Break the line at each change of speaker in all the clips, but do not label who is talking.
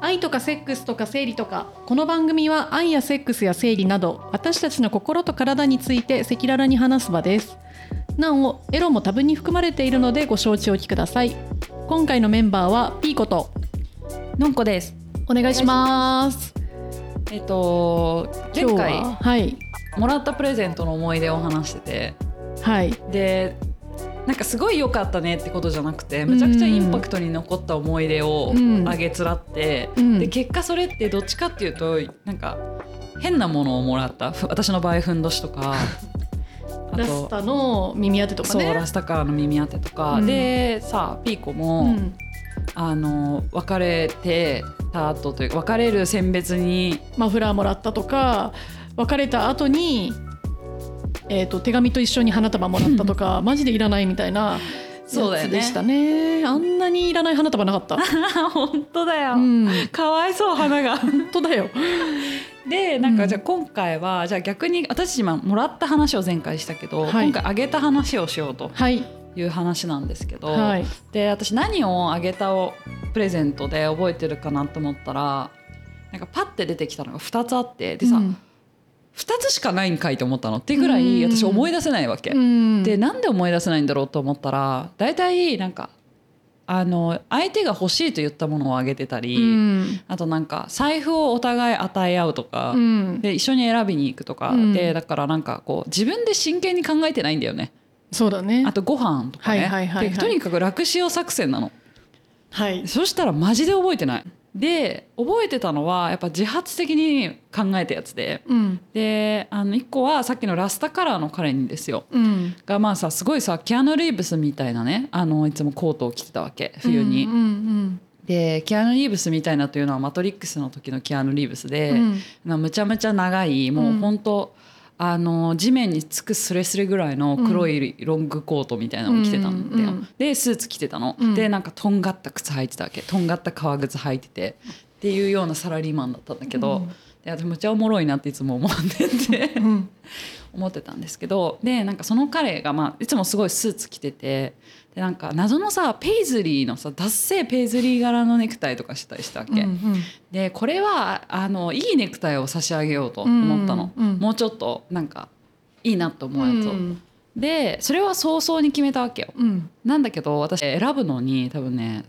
愛とかセックスとか生理とかこの番組は愛やセックスや生理など私たちの心と体について赤裸々に話す場ですなおエロも多分に含まれているのでご承知おきください今回のメンバーはピーコと
のんこです。
お願いします
えっと前
今日
回
ははい
もらったプレゼントの思い出を話してて
はい
でなんかすごい良かったねってことじゃなくてめちゃくちゃインパクトに残った思い出を
うん
あげつらって、
うん
で結果それってどっちかっていうとなんか変なものをもらったふ私の場合ふんどしと かあ
ラス
と。
タの耳当てとか
そう
ね
ラスタカーの耳当てとか、
うん
でさピーコも、
うん
あの別れてた後というか別れる選別に
マフラーもらったとか別れた後にえー、と手紙と一緒に花束もらったとかマジでいらないみたいな
そうだ
や
よ
つ
ね
でしたねあんなにいらない花束なか った、
あ本当だよ
うん、
かわいそう 花が
本当だよ
でなん
う
か
ん
じゃあ今回は、じゃあ逆に私今もらった話を前回したけど、
はい
今回あげた話をしようと
はい
いう話なんですけど、
はい
で私何をあげたをプレゼントで覚えてるかなと思ったらなんかパッて出てきたのが2つあってでさ、
うん
2つしかないんかいと思ったのってぐらい
うん
私思い出せないわけ。
うん
でなんで思い出せないんだろうと思ったら大体なんかあの相手が欲しいと言ったものをあげてたり。
うん
あとなんか財布をお互い与え合うとか、
うん
で一緒に選びに行くとか、
うん
でだからなんかこう自分で真剣に考えてないんだよね
そうだね
あとご飯とかね、
はいはいはいはい
でとにかく楽しよう作戦なの
はい
そしたらマジで覚えてないで覚えてたのはやっぱ自発的に考えたやつで
うん
であの1個はさっきのラスタカラーの彼にですよ
うん
がまあさすごいさキアヌ・リーブスみたいなねあのいつもコートを着てたわけ冬に、
うんうん
でキアヌ・リーブスみたいなというのは「マトリックス」の時のキアヌ・リーブスで、
うんうん
なむちゃむちゃ長いもううん本当、あの地面につくスレスレぐらいの黒いロングコートみたいなのを着てたんだよ、
うんうん
でスーツ着てたの、
うん
でなんかとんがった靴履いてたわけとんがった革靴履いててっていうようなサラリーマンだったんだけど、
うん
で私むちゃおもろいなっていつも思ってて
う ん
思ってたんですけどでなんかその彼が、まあ、いつもすごいスーツ着ててでなんか謎のさペイズリーのさ脱製ペイズリー柄のネクタイとかしてたりしたわけ。
うん
でこれはあのいいネクタイを差し上げようと思ったの、
うんうん
もうちょっとなんかいいなと思うやつを、
うん
でそれは早々に決めたわけよ
うん
なんだけど私選ぶのに多分ね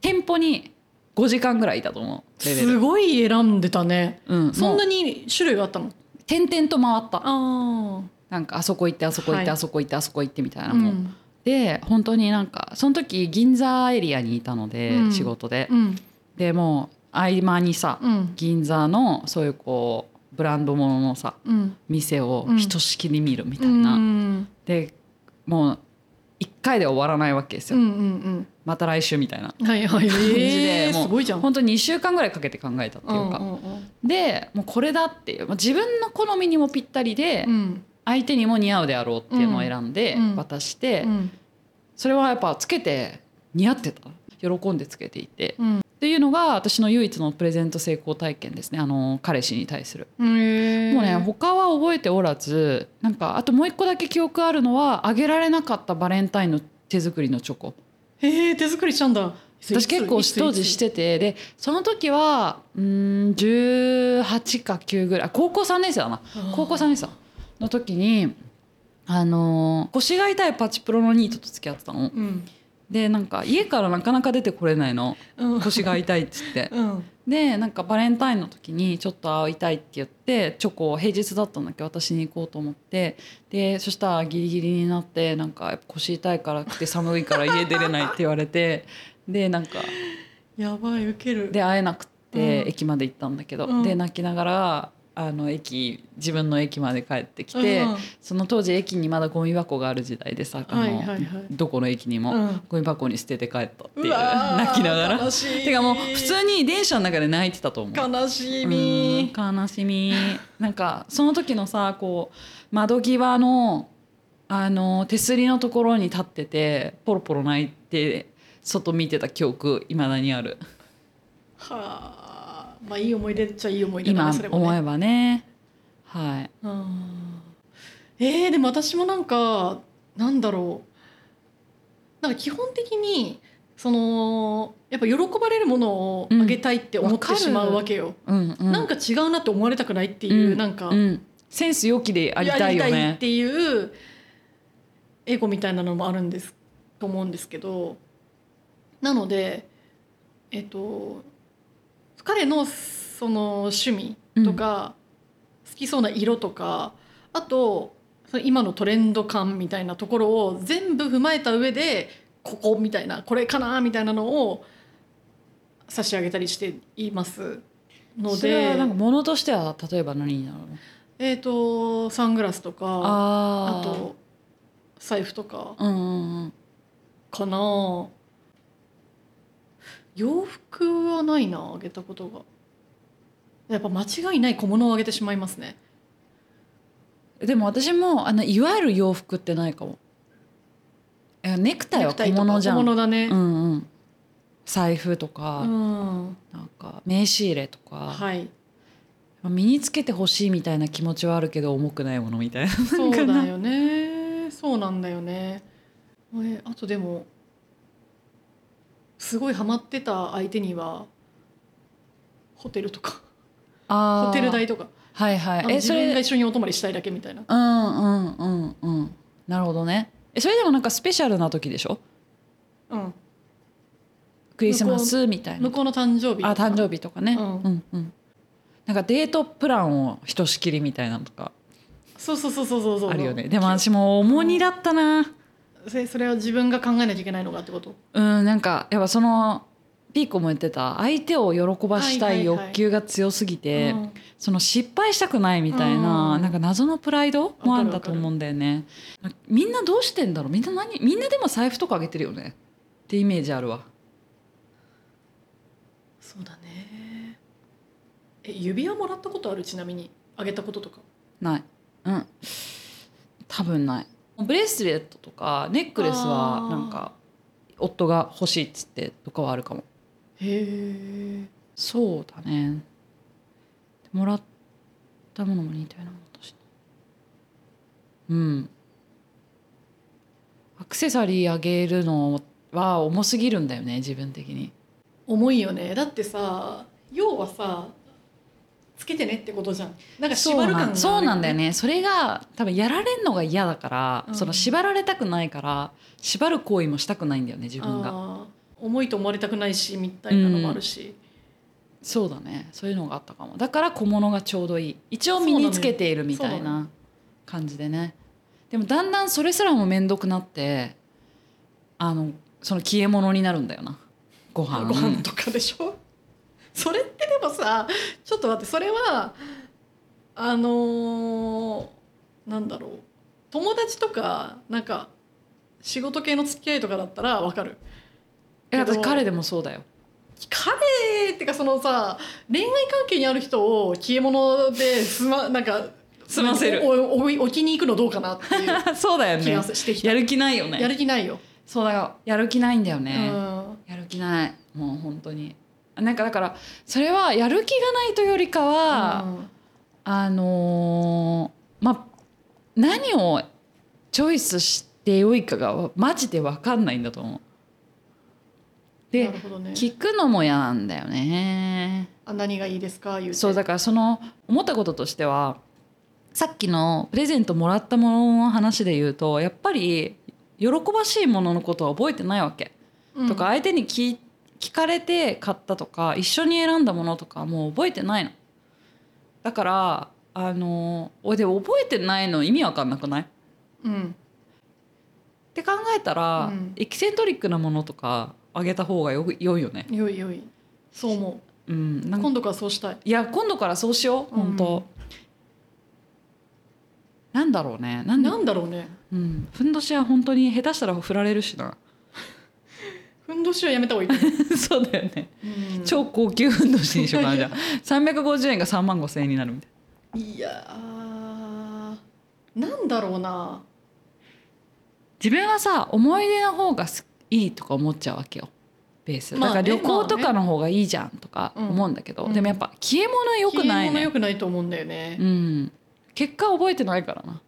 店舗に5時間ぐらいいたと思うレベ
す
ル、
ごい選んでたね
うん、
そんな
に
に種類があったの
点々と回った
あ
なんかあそこ行ってあそこ行っ
は
て、
い
あそこ行ってあそこ行ってみたい
あ
なもん、で本当になんかその時銀座エリアにいたので、
うん
仕事で、
うん
でもう合間にさ、
うん
銀座のそういうこうブランドもののさ
うん
店をひとしきり見るみ
み
たいな、
うん
でもう1回で終わらないわけです
う
よ、
んうん
また来週みたいな
うんはいはい
感じで、
えー
もう
すごいじゃん
本当に2週間ぐらいかけて考えたっていうか、
うんうん
でもうこれだっていうまあ自分の好みにもぴったりで、
うん
相手にも似合うであろうっていうのを選んで
うん
渡して、
うん
それはやっぱつけて似合ってた喜んでつけていて、
うん
っていうのが私の唯一のプレゼント成功体験ですねあの彼氏に対する。
うんへー
もうね他は覚えておらずなんかあともう一個だけ記憶あるのはあげられなかったバレンタインの手作りのチョコ
へえ手作りしたんだ
私結構当時してててでその時はうーん18か9ぐらい高校3年生だな高校3年生の時にあのー腰が痛いパチプロのニートと付き合ってた
う
の
ん
でなんか家からなかなか出てこれないの
うん
腰が痛いっつ って
うん
でなんかバレンタインの時にちょっと会いたいって言ってチョコを平日だったんだけど私に行こうと思ってでそしたらギリギリになってなんかやっぱ腰痛いから来て寒いから家出れないって言われてでなんか
やばいウケる
で会えなくて
うん
駅まで行ったんだけど、
うん
で泣きながらあの駅自分の駅まで帰ってきて、
うん
その当時駅にまだゴミ箱がある時代でさあの、
はいはいはい
どこの駅にも、
うん
ゴミ箱に捨てて帰ったっていう
う
泣
わー
きながら。
悲しい
てかもう普通に電車の中で泣いてたと思う。
悲しみ
うん悲しみなんかその時のさこう窓際のあの手すりのところに立っててポロポロ泣いて外見てた記憶いまだにある
はあまあいい思い出っちゃいい思い出だ
今
ねそれもね
思えばねはい
うんえー、でも私もなんかなんだろうなんか基本的にそのやっぱ喜ばれるものをあげたいって思っ
わか
て
る
しまうわけよ、
うんうん、
なんか違うなって思われたくないっていう、
うん
なんか、
うん、センス良きでありたいよ
やりたいっ
ね。
ていうエゴみたいなのもあるんですと思うんですけどなのでえっと彼のその趣味とか、好きそうな色とかあとその今のトレンド感みたいなところを全部踏まえた上でここみたいなこれかなみたいなのを差し上げたりしていますの
それ
で
はなんか物としては例えば何になるの？
えっとサングラスとか。
あ
あ
ー、
と財布とか
うんうんうん、
かな洋服はないなあげたことがやっぱ間違いない小物をあげてしまいますね
でも私もあのいわゆる洋服ってないかも。いやネクタイは
ネクタ
小
イとか
物じゃん。
小物だね
うんうん、財布と
う
か、
ん、
なんか名刺入れとか、
はい
身につけてほしいみたいな気持ちはあるけど重くないものみたい な。
そうだよねそうなんだよねえあとでもすごいハマってた相手にはホテルとか
あー
ホテル代とか
はい
あ
はい。
の
え
自
そ
分が
れ
一緒にお泊まりしたいだけみたいな
うんうんうんうん。なるほどね。えそれでもなんかスペシャルな時でしょ？
うん
クリスマスみたいな
向。こうの誕生日
あ誕
日
生日とかね、
う
うんん、うんなんかデートプランをひとしきりみたいなのとか
そうそうそうそうそうそう
あるよねでも私も重荷だったな
そそれは自分が考えなきゃいけないのかってこと
うんなんかやっぱそのピーコも言ってた相手を喜ばした
はい
い
はいはい
欲求が強すぎて、
うん
その失敗したくないみたいな、
うん
なんか謎のプライドもあんだと思うんだよねみんなどうしてんだろうみんな何みんなでも財布とかあげてるよねってイメージあるわ
そうだねえ指輪もらったことあるちなみにあげたこととか
ないうん多分ないブレスレットとかネックレス
あ
は
ー
なんか夫が欲しいっつってとかはあるかも
へえ
そうだねもらったものも似たようなものとしてうんアクセサリーあげるのは重すぎるんだよね自分的に
重いよねだってさ要はさつけてねってことじゃんなんか縛る感がある
そうなんだよねそれが多分やられんのが嫌だから、
うん
その縛られたくないから縛る行為もしたくないんだよね自分が
あー重いと思われたくないしみたいなのもあるし、
そうだねそういうのがあったかもだから小物がちょうどいい一応身につけているみた
そう
い
なのよ
な感じでねでもだんだんそれすらも面倒くなってあのその消え物になるんだよなご飯
ご飯とかでしょ それってでもさちょっと待ってそれはあのーなんだろう友達とかなんか仕事系の付き合いとかだったらわかる
え私彼でもそうだよ
彼ってかそのさ恋愛関係にある人を消え物ですま なんか
済ませる
おおお置きに行くのどうかなっていう
そうだよ
気
ね
がしてきた、
やる気ないよ
や
ね
る気ないよ、
そうだよやる気ないんだよ
う
ね、
ん
やる気ないもう本当になんかだからそれはやる気がないというよりかは、あのーまあ何をチョイスしてよいかがマジで分かんないんだと思う。
うん、
で、
なるほどね
聞くのも嫌なんだよね。
あ何がいいですか言うて
そうだからその思ったこととしてはさっきのプレゼントもらったものの話で言うとやっぱり喜ばしいもののことは覚えてないわけ。
うん
とか相手に聞い聞かれて買ったとか一緒に選んだものとかもう覚えてないのだからあのおいで覚えてないの意味わかんなくないっ
うん
て考えたら、
うん
エキセントリックなものとかあげた方がよ良いよね
よいよいそう思
うん
う
なんか
今度からそうしたい
いや今度からそうしよう
うん
本当、なんだろうねなんだ
なんだろうね
うんふんどしは本当に下手したら振られるしな
ふんどしはやめた方がいいと思
そうだよね、
う、うん
超高級ふんどしにしようか なじゃあ350円が3万5千円になるみたいない
やーなんだろうな
自分はさ思い出の方がすいいとか思っちゃうわけよベースだ
まあね
から旅行と
まあ
かの方がいいじゃんとか思うんだけど、
うん
でもやっぱ消え物は良くな
消え
い
物良
ね、
くないと思うんだよね
う、ん、結果覚えてないからなっ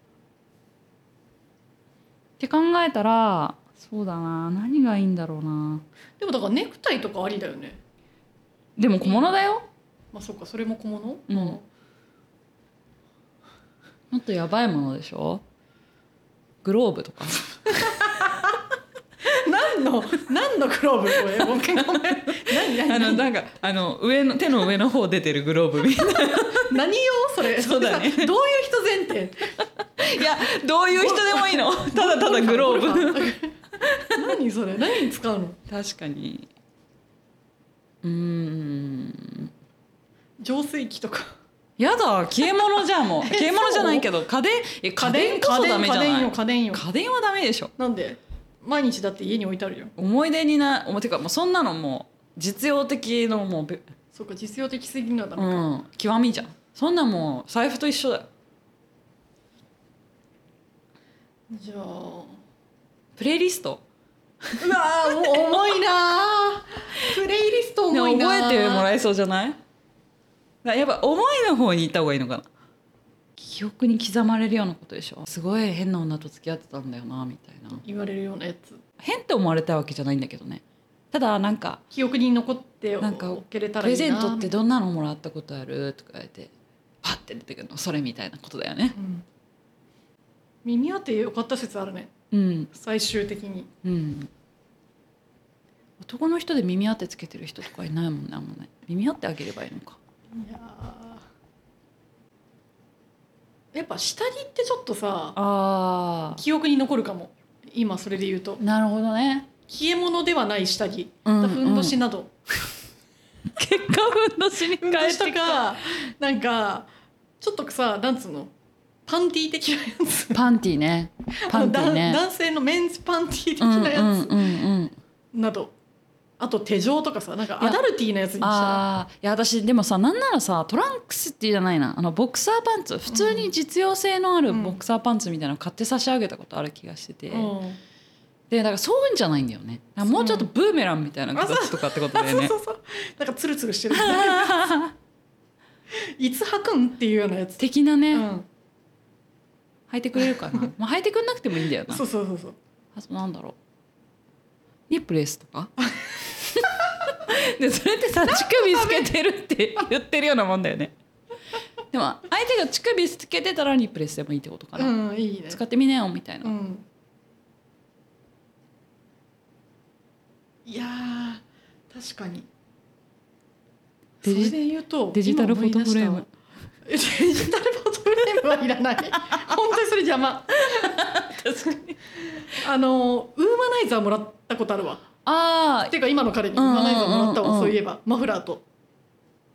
て考えたらそうだな何がいいんだろうな
でもだからネクタイとかありだよね
でも小物だよ
まあそっかそれも小物
うんもっとやばいものでしょグローブとか
何の何のクローブこれごめんごめん何何
あの
何
なんかあの上の手の上の方出てるグローブみたいな
何用それ
そうだね
それさ どういう人前提
いやどういう人 でもいいのただただグローブ
ブ 何それ何に使うの
確かにうーん
浄水器とか
やだ消え物じゃ んもう消え物じゃないけど家電え家電こそダメじゃない
家電よ家電よ
家電はダメでしょ
なんで毎日だって家に置いてあるよ
思い出になおてかもうそんなのもう実用的のもうべ、
そうか実用的すぎるのはダメ
う
か、
ん、極みじゃんそんなんもう財布と一緒だよ
じゃあう
プレイリスト
わーもう重いなープレイリスト
ね
重いなー
覚えてもらえそうじゃないだからやっぱ思いの方に行った方がいいのかな記憶に刻まれるようなことでしょすごい変な女と付き合ってたんだよなみたいな
言われるようなやつ
変って思われたいわけじゃないんだけどねただなんか
記憶に残って
なんか
おけれた
プ
らい
レ
いな
ゼントってどんなのもらったことあるとか言ってパッて出てくるのそれみたいなことだよね
うん耳当て良かった説あるね
うん
最終的に
うん男の人で耳当てつけてる人とかいないもんねあんまね耳当てあげればいいのか
いやーやっぱ下着ってちょっとさ
あ
記憶に残るかも今それで言うと
なるほどね
消え物ではない下着、
うんうん
ふんどしなど
結果ふんどしに
ふんどしとかなんかちょっとさなんつうのパンティー的なやつ
パンティーねパンティー
あのだ
ね
男性のメンズパンティー的
うんうん
なや
うんうん
つなどあと手錠とかさなんか
いや
アダルティーなやつにしたら
あーいや私でもさなんならさトランクスっていうじゃないなあのボクサーパンツ普通に実用性のある
うん
ボクサーパンツみたいなの買って差し上げたことある気がしてて、
うん
でだからそういうんじゃないんだよねなんかもうちょっとブーメランみたいな形とかってことだよ
そう
ね
そうそうなんかツルツルしてるいつ履くんっていうようなやつ、
的なね、
うん、
履いてくれるかなまあ履いてくれなくてもいいんだよな
そうそうそうそう
あとなんだろうニップレスとか でそれってさ乳首つけてるって言ってるようなもんだよねでも相手が乳首つけてたらニップレスでもいいってことかな、
うんいいね
使ってみなよみたいな、
うんいやー確かにそ
デ
れ
ジ
で言うと
デジタルフォトフレーム
今思い出したわ デジタルフォトフレームはいらない本当にそれ邪魔
確かに
あのウーマナイザーもらったことあるわ
あ
ていうか今の彼にウ
うんうん
ー
うんうん
マナイザーもらったわそういえばマフラーと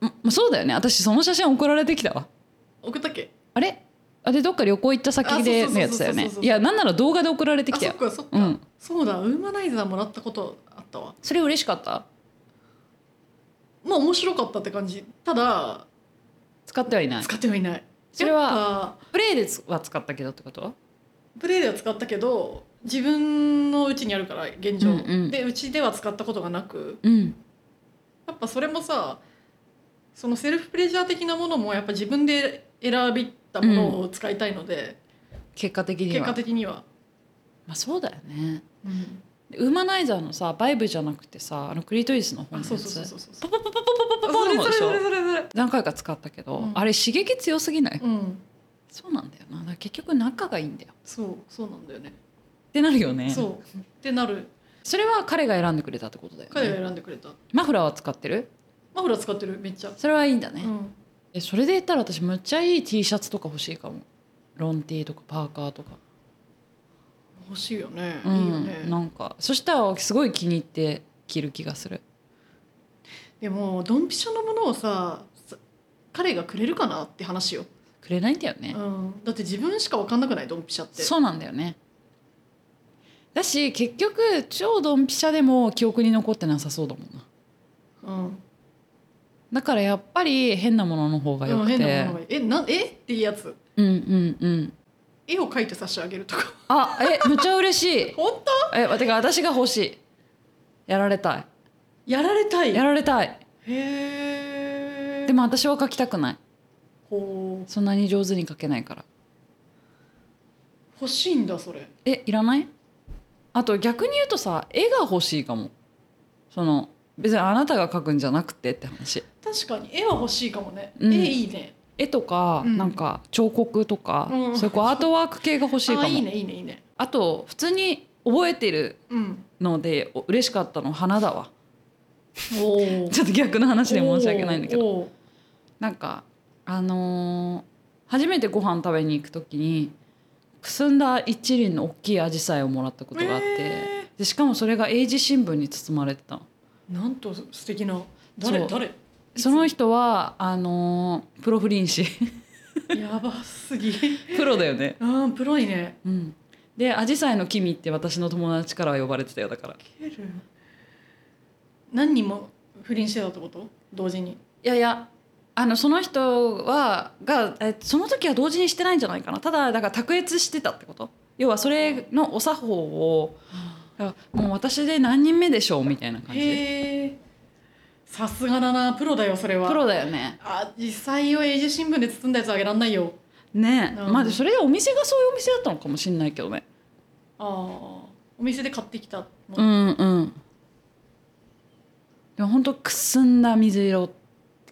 あままそうだよね私その写真送られてきたわ
送ったっけ
あれあれどっか旅行行った先
あ
で
そうそうそうそう
のやつだ
そ
よ
う
ね
そうそう
いやなんなら動画で送られてきたよ
あそっかそっか、
うん
そうだウーマナイザーもらったことあったわ
それ嬉しかった
まあ面白かったって感じただ
使ってはいない
使ってはいない
それは
やっぱ
プレイでつは使ったけどってこと
プレイでは使ったけど自分のうちにあるから現状、
うんうん
でうちでは使ったことがなく
うん
やっぱそれもさそのセルフプレジャー的なものもやっぱ自分で選びたものを使いたいので、
結果的には
結果的には、
まあそうだよねでウーマナイザーのさバイブじゃなくてさあのクリトリスの本
あ
のやつ
そうそうそうそうそう
ポポポポポポポポの
あ
方でし
そ
ょ
れそれそれそれ
何回か使ったけど、
うん
あれ刺激強すぎない、
うん
そうなんだよなだから結局仲がいいんだよ
そうそうなんだよね
ってなるよね
そうってなる
それは彼が選んでくれたってことだよ
彼が
ね
選んでくれた
マフラーは使ってる
マフラー使ってるめっちゃ、
それはいいんだね、
うん、
えそれで言ったら私むっちゃいい T シャツとか欲しいかもロン T とかパーカーとか
欲しいよね、
うん
いいよね
なんかそしたらすごい気に入って着る気がする
でもドンピシャのものをささ彼がくれるかなって話よ
くれないんだよね、
うん、だって自分しか分かんなくないドンピシャって
そうなんだよねだし結局超ドンピシャでも記憶に残ってなさそうだもんな
うん、
だからやっぱり変なものの方が
で
よ
も
く
変
て
なものがいいえなえっていうやつ
うんうんうん
絵を描いて差し上げるとか
あえむっちゃ嬉しい
本当
えてか私が欲しいやられた
やられたい
いやられたい
へえ
でも私は書きたくない
ほう
そんなに上手に書けないから
欲しいんだそれ
えいらないあと逆に言うとさ絵が欲しいかもその別にあなたが描くんじゃなくてって話
確かに絵は欲しいかもね、
うん
絵いいね
絵とか、
うん
なんか彫刻とか、
うん
そういうこうアートワーク系が欲しいかも
あいいねいいねいいね
あと普通に覚えてる
うん
のでお嬉しかったの花だわ
おー
ちょっと逆の話で申し訳ないんだけど
おー
なんかあのー初めてご飯食べに行く時にくすんだ一輪の大きいアジサイをもらったことがあって、
え
でしかもそれが英字新聞に包まれてたの
ーなんと素敵な誰
そう
誰
その人はあのープロ 不倫師
やばすぎ
プロだよね、
うんプロいね
うん、でアジサイの君って私の友達からは呼ばれてたよだから
ケル何人も不倫してたってこと同時に
いやいやあのその人はがえその時は同時にしてないんじゃないかなただだから卓越してたってこと要はそれのお作法をだからもう私で何人目でしょうみたいな感じで
へえさすがだなプロだよそれは
プロだよね
あ実際を英字新聞で包んだやつあげらんないよ
ね
うん
まあそれでお店がそういうお店だったのかもしれないけどね
ああお店で買ってきたも
う
の
んうんでも本当くすんだ水色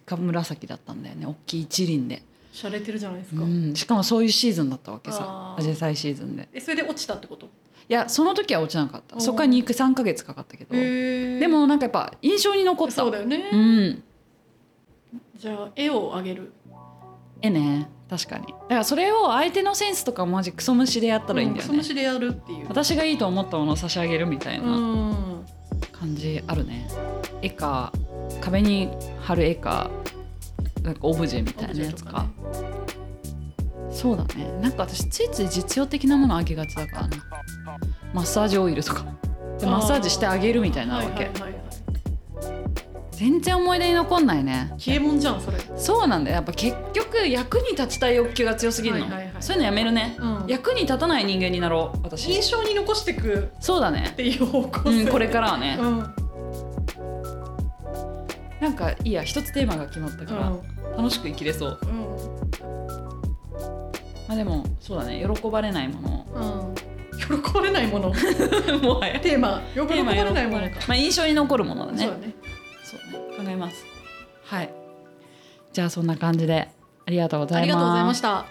か紫だったんだよね大きい一輪で、
洒落てるじゃないです
う
か、
ん、しかもそういうシーズンだったわけさ
あー
アジサイシーズンで
えそれで落ちたってこと
いやその時は落ちなかっ
お
た
ー
そこから2 3か月かかったけど
へえ
でもなんかやっぱ印象に残った
そうだよね、
うん
じゃあ絵をあげる
ええね確かにだからそれを相手のセンスとかマジクソ虫でやったらいいんだよ
その
ね、
虫でやるっていう
私がいいと思ったものを差し上げるみたいうなん感じあるね絵か壁に貼る絵かなんかオブジェみたいなやつか
オブ
そうだねなんか私ついつい実用的なものあげがちだからなマッサージオイルとかでマッサージしてあげるみたいなわけ、
はいはいはいはい
全然思い出に残んないね
消えもんじゃんそれ、
そうなんだよやっぱ結局役に立ちたい欲求が強すぎるの、
はいはいはい
そういうのやめるね、
うん
役に立たない人間になろう私
印象に残してくっ
そうだね
ていう方向
う
性
んこれからはね、
うん、うん
なんかいいや一つテーマが決まったから、楽しく生きれそう
うん
まあでもそうだね喜ばれないも
うん喜ばれない もの
のもはや
テーマ喜ば
テー
れ
マ喜ばれな
ないい
も
も
の
の
か
か、
まあ印象に残るものだね
そうだね
そうね考えますはいじゃあそんな感じでありがとうござ
あ
います
りがとうございました